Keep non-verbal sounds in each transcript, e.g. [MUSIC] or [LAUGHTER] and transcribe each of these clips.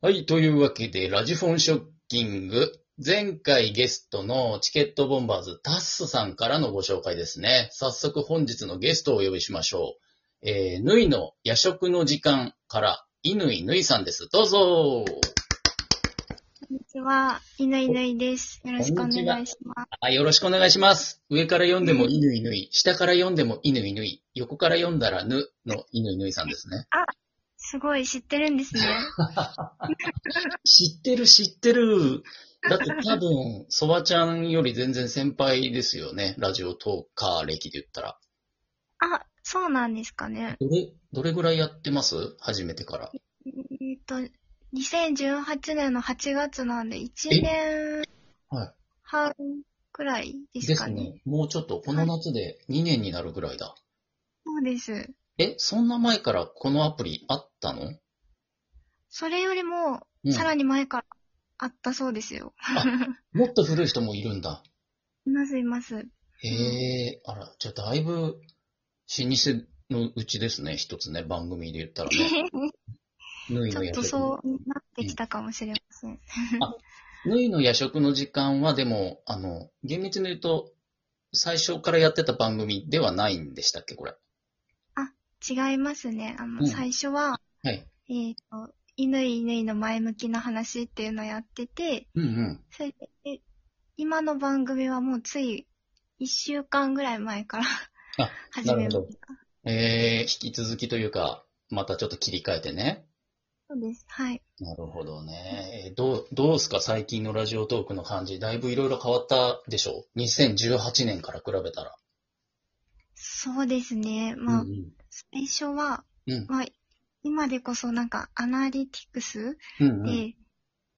はい、というわけで、ラジフォンショッキング、前回ゲストのチケットボンバーズタッスさんからのご紹介ですね。早速本日のゲストをお呼びしましょう。えー、ぬいの夜食の時間から、いぬいぬいさんです。どうぞこんにちは、いぬいぬいです。よろしくお願いします。あよろしくお願いします。上から読んでもいぬいぬい、下から読んでもいぬいぬい、横から読んだらぬのいぬいぬいさんですね。すごい知ってるんで [LAUGHS] すね。知ってる知ってる。だって多 [LAUGHS] 分、そばちゃんより全然先輩ですよね。ラジオトーカー歴で言ったら。あ、そうなんですかね。どれ、どれぐらいやってます始めてから。えーっと、2018年の8月なんで、1年はい半くらいですでかすね。ね。もうちょっと、この夏で2年になるぐらいだ。そうです。え、そんな前からこのアプリあったのそれよりも、うんさらに前からあったそうですよ。もっと古い人もいるんだ。いますいます。へえ、あら、じゃあだいぶ、老舗のうちですね。一つね、番組で言ったらね。ぬい [LAUGHS] ちのょっやつとそうなってきたかもしれません。ぬいの夜食の時間は、でも、あの、厳密に言うと、最初からやってた番組ではないんでしたっけ、これ。違いますね。あの、うん最初は、はい。えっ、と、いぬいぬいの前向きな話っていうのをやってて、うんうん。それで、今の番組はもうつい1週間ぐらい前からあ [LAUGHS] 始めまなるしほたど。えー、引き続きというか、またちょっと切り替えてね。そうです。はい。なるほどね。えーどう、どうすか、最近のラジオトークの感じ。だいぶいろいろ変わったでしょ ?2018 年から比べたら。そうですね。まあ、うんうん最初は、うんまあ、今でこそなんかアナリティクスうんうん。で、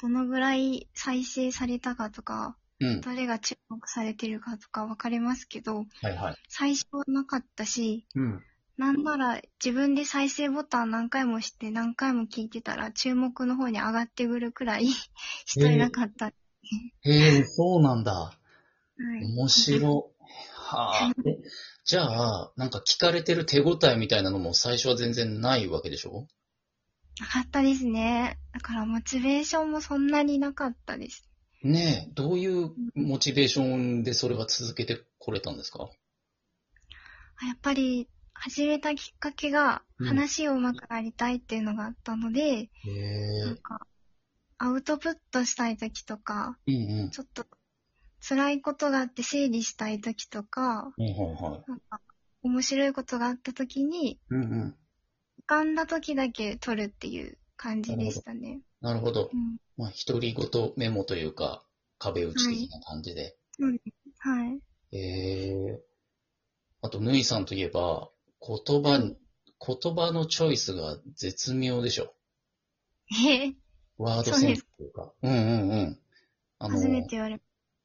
どのぐらい再生されたかとか、うん。誰が注目されてるかとかわかりますけど、はいはい。最初はなかったし、うん。なんなら自分で再生ボタン何回もして何回も聞いてたら注目の方に上がってくるくらい [LAUGHS] 人いなかった。へえー、そうなんだ。はい。面白い。はあ。えじゃあ、なんか聞かれてる手応えみたいなのも最初は全然ないわけでしょなかったですね。だからモチベーションもそんなになかったです。ねえ、どういうモチベーションでそれは続けてこれたんですかやっぱり始めたきっかけがうん話をうまくなりたいっていうのがあったので、へなんえ。かアウトプットしたい時とか、うんうん。ちょっと辛いことがあって整理したい時とか、はいはいはい。なんか面白いことがあった時に、うんうん。浮かんだ時だけ撮るっていう感じでしたね。なるほどう。ん。まあ、独り言メモというか、壁打ち的な感じで。はい。へえ。あと、ぬいさんといえば、言葉に、言葉のチョイスが絶妙でしょ。えへワードセンスというか。うんうんうん。あ初めて言われ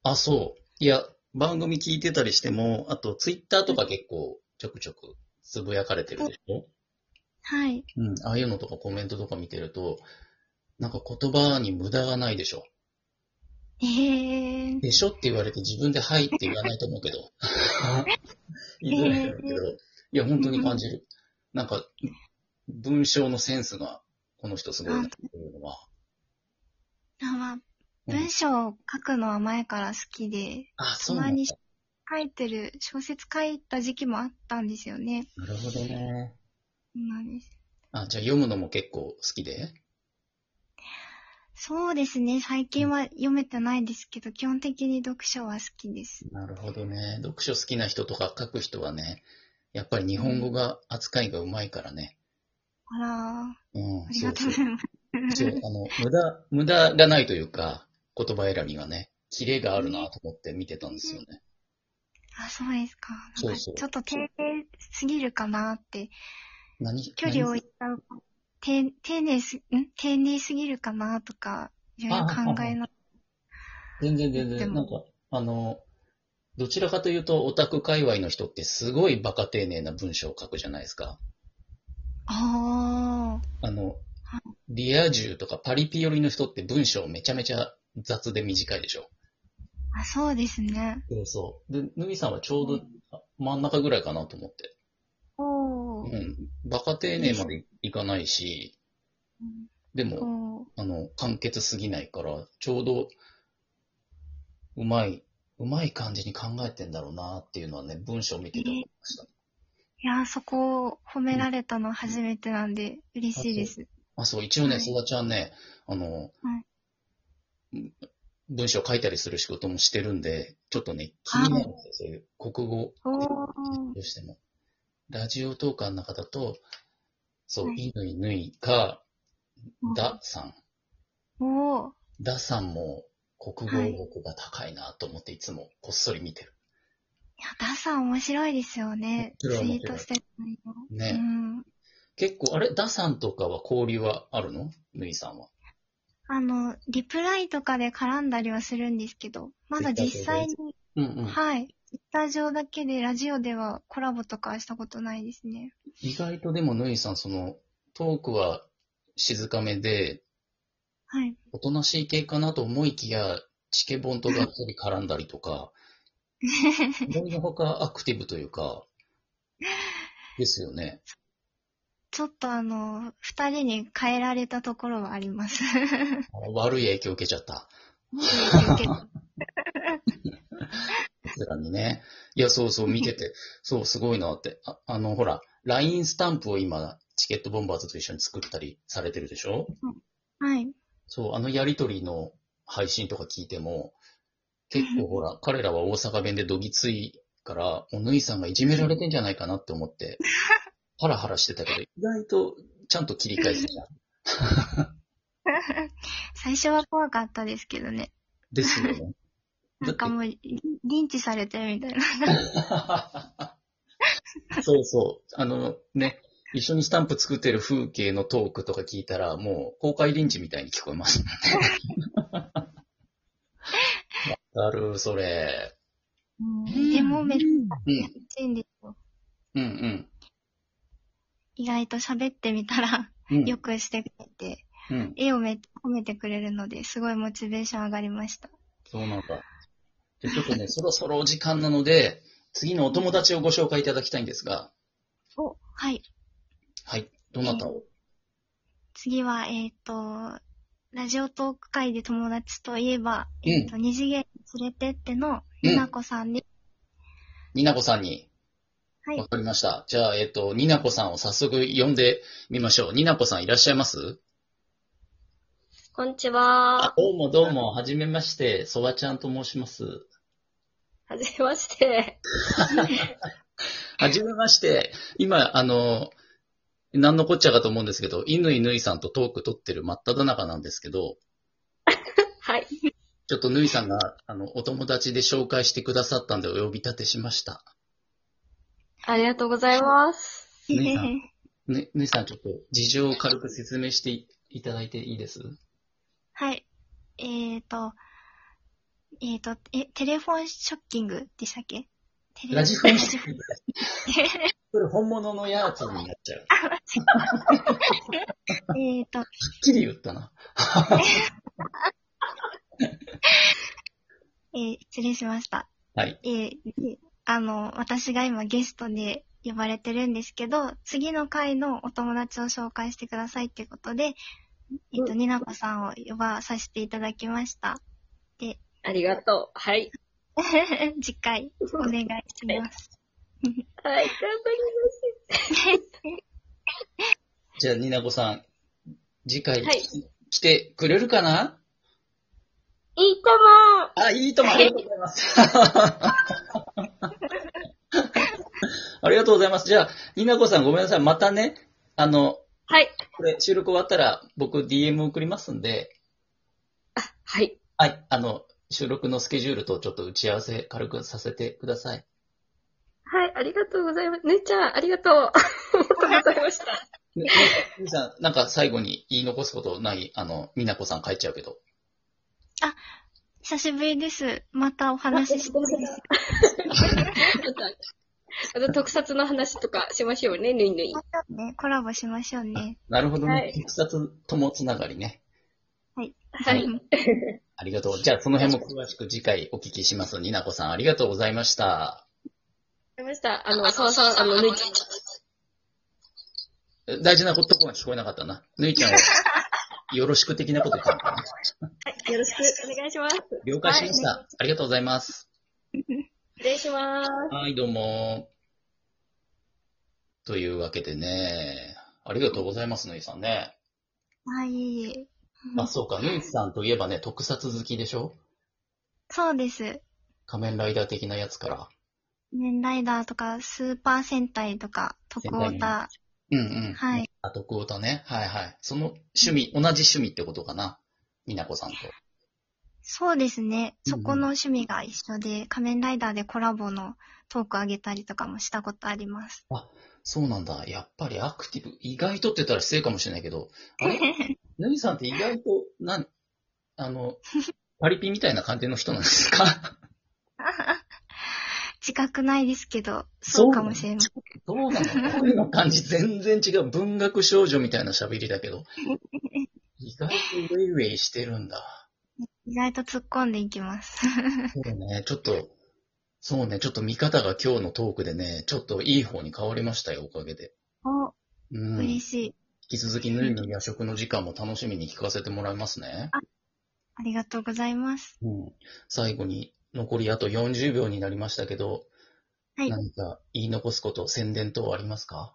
まあ、そう。いや、番組聞いてたりしても、あと、ツイッターとか結構、ちょくちょく、つぶやかれてるでしょす。はい。うん。ああいうのとかコメントとか見てると、なんか言葉に無駄がないでしょ。ええでしょって言われて自分ではいって言わないと思う [LAUGHS] けど。言いづらいだろうけど。いや、本当に感じる。なんか、文章のセンスが、この人すごいなっていうのは。あまあ、うん文章を書くのは前から好きで、あ、そたうなまんだに。書いてる、小説書いた時期もあったんですよね。なるほどね。そうなんです。あ、じゃあ読むのも結構好きでそうですね、最近は読めてないですけど、基本的に読書は好きです。なるほどね。読書好きな人とか書く人はね、やっぱり日本語が扱いがうまいからね。あらー、うん、ありそうがとそううございます。そう、あの、無駄、無駄がないというか、言葉選びがね、キレがあるなと思って見てたんですよね。 [LAUGHS] あ、そうですか。そなんうかそうちょっと丁寧すぎるかなって、何距離を何置いちゃう。丁丁寧す、ん丁寧すぎるかなとか、いろいろ考えな、全然全で然、もなんか、あの、どちらかというとオタク界隈の人ってすごいバカ丁寧な文章を書くじゃないですか。ああのは、リア充とかパリピ寄りの人って文章めちゃめちゃ雑で短いでしょ。ーあ、そうですね。そうそう。で、ぬみさんはちょうど真ん中ぐらいかなと思って。おうー。ん。バカ丁寧までいかないし、でも、おーあの、簡潔すぎないから、ちょうど、うまい、うまい感じに考えてんだろうなっていうのはね、文章を見てて思いました。いやー、そこを褒められたの初めてなんで、嬉しいです。あ、そう、一応ね、はいそだちゃんね、あの、うん文章書いたりする仕事もしてるんで、ちょっとね、気になるんですよ、そういう国語、おーどうしても。ラジオトーカーの中だと、そう、はいいぬいぬいか、うんださん。おーださんも国語力が高いなと思っていつもこっそり見てる。いや、ダさん面白いですよね。面ツ白い面イ白いートしてたのうね。ん。結構、あれダさんとかは交流はあるのぬいさんは。あの、リプライとかで絡んだりはするんですけど、まだ実際に、うんうん。はい。スタジオだけで、ラジオではコラボとかはしたことないですね。意外とでもぬいさん、その、トークは静かめで、はい。おとなしい系かなと思いきや、チケボンとがっつり絡んだりと [LAUGHS] か、思いのほかアクティブというか、ですよね。ちょっとあの、二人に変えられたところはあり [LAUGHS] ます。あ悪い影響受けちゃった。奴らにね。いや、そうそう、見てて、そう、すごいなって。ああの、ほら、LINE スタンプを今、チケットボンバーズと一緒に作ったりされてるでしょはい。そう、あのやりとりの配信とか聞いても、結構ほら、彼らは大阪弁でどぎついから、おぬいさんがいじめられてんじゃないかなって思って、ハラハラしてたけど、意外とちゃんと切り返すじゃん。最初は怖かったですけどね。ですよね。なんかもう、リリンチされてるみたいな。そうそう。あのね、一緒にスタンプ作ってる風景のトークとか聞いたら、もう公開リンチみたいに聞こえますもんね。わかる、それ。でもめっちうん、ゃいいんですよ。うん、意外と喋ってみたら、うん。うんよくしてくれて、うん、絵をめっちゃ褒めてくれるので、すごいモチベーション上がりました。そうなんだ。で、ちょっとね、そろそろお時間なので、次のお友達をご紹介いただきたいんですが、お、はい。はい、どなたを次は、えっ、と、ラジオトーク会で友達といえば、えっ、と、二次元連れてっての、うんゆなこさんで、になこさんに。はいわかりました。じゃあ、えっと、になこさんを早速呼んでみましょう。になこさんいらっしゃいますこんにちは。どうもどうも、はじめまして、そばちゃんと申します。はじめまして。はじめまして、今、あの、なんのこっちゃかと思うんですけど、犬いぬいさんとトーク撮ってる真っ只中なんですけど、はい。ちょっとぬいさんが、あの、お友達で紹介してくださったんでお呼び立てしました。ありがとうございます。ぬいさん、ねぬいさんちょっと事情を軽く説明していただいていいですはい。えっ、と、えっ、と、え、テレフォンショッキングでしたっけテレラジフォンラシジョッフキング。それ本物のやつになっちゃう。はっ [LAUGHS] ォンえっ、と、きり言ったな。えー失礼しました。はい。えーであの、私が今ゲストで呼ばれてるんですけど、次の回のお友達を紹介してくださいってことで、えっ、と、うになこさんを呼ばさせていただきました。 [LAUGHS] ありがとう。はい。次回、お願いします。はい、頑張りじゃあ、になこさん、次回、はい来てくれるかなます。いいともあ、いいともありがとうございます。ありがとうございます。じゃあ、になこさんごめんなさい。またね、あの、はい。これ収録終わったら僕 DM 送りますんで、はい。はい、あの、収録のスケジュールとちょっと打ち合わせ軽くさせてください。はい、ありがとうございます。ぬいちゃん、ありがとう。ありがとうございました。ねねさん、なんか最後に言い残すことない、あの、みなこさん帰っちゃうけど。久しぶりです。またお話ししてごめんなさいまた、また特撮の話とかしましょうね、ぬいぬい。ね、コラボしましょうね。なるほどはねい。特撮ともつながりね。 [LAUGHS] はい。ありがとう。じゃあ、その辺も詳しく次回お聞きします。になこさん、ありがとうございました。ありました。あの、沢さん、あの、ぬいちゃん。大事なことこが聞こえなかったな。ぬいちゃんは、よろしく的なこと言ったのかな。はい、よろしくお願いします。了解しました。ありがとうございます。失礼します。はい、どうも。というわけでね、ありがとうございます、ぬいさんね。はいいえいえ。あ、そうか、ぬいさんといえばね、特撮好きでしょそうです。仮面ライダー的なやつから。ね、ライダーとか、スーパー戦隊とか、特オタ、うんうん。はい。あ、徳太ね。はいはい。その趣味、同じ趣味ってことかな。みなこさんと。そうですね。うんうそんこの趣味が一緒で、仮面ライダーでコラボのトークあげたりとかもしたことあります。そうなんだ。やっぱりアクティブ。意外とって言ったら失礼かもしれないけど、あれぬいさんって意外と、なん、あの、パリピみたいな感じの人なんですか [LAUGHS] 自覚ないですけど、そうかもしれない。どうなの声の感じ全然違う。文学少女みたいな喋りだけど。意外とウェイウェイしてるんだ。意外と突っ込んでい [LAUGHS] きます。そうね、ちょっと、そうね、ちょっと見方が今日のトークでね、ちょっといい方に変わりましたよ、おかげで。お、うん。 [LAUGHS] 嬉引しい。き続き、ぬいの夜食の時間も楽しみに聞かせてもらいますね。ありがとうございます。うん。最後に、残りあと40秒になりましたけど、はい何か言い残すこと、宣伝等ありますか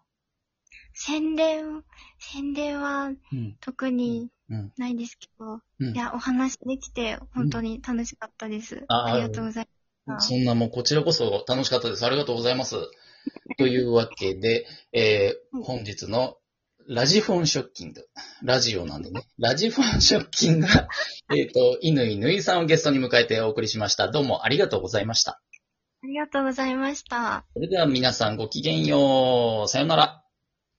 宣伝、宣伝はうん。特にうんないですけど、うんいや、お話できて本当に楽しかったです。あーありがとうございました。そんなもうこちらこそ楽しかったです。ありがとうございます。というわけで、えー本日のラジフォンショッキング。ラジオなんでね。ラジフォンショッキング [LAUGHS] が、えっ、と、犬井ぬいさんをゲストに迎えてお送りしました。どうもありがとうございました。ありがとうございました。それでは皆さんごきげんよう。さようなら。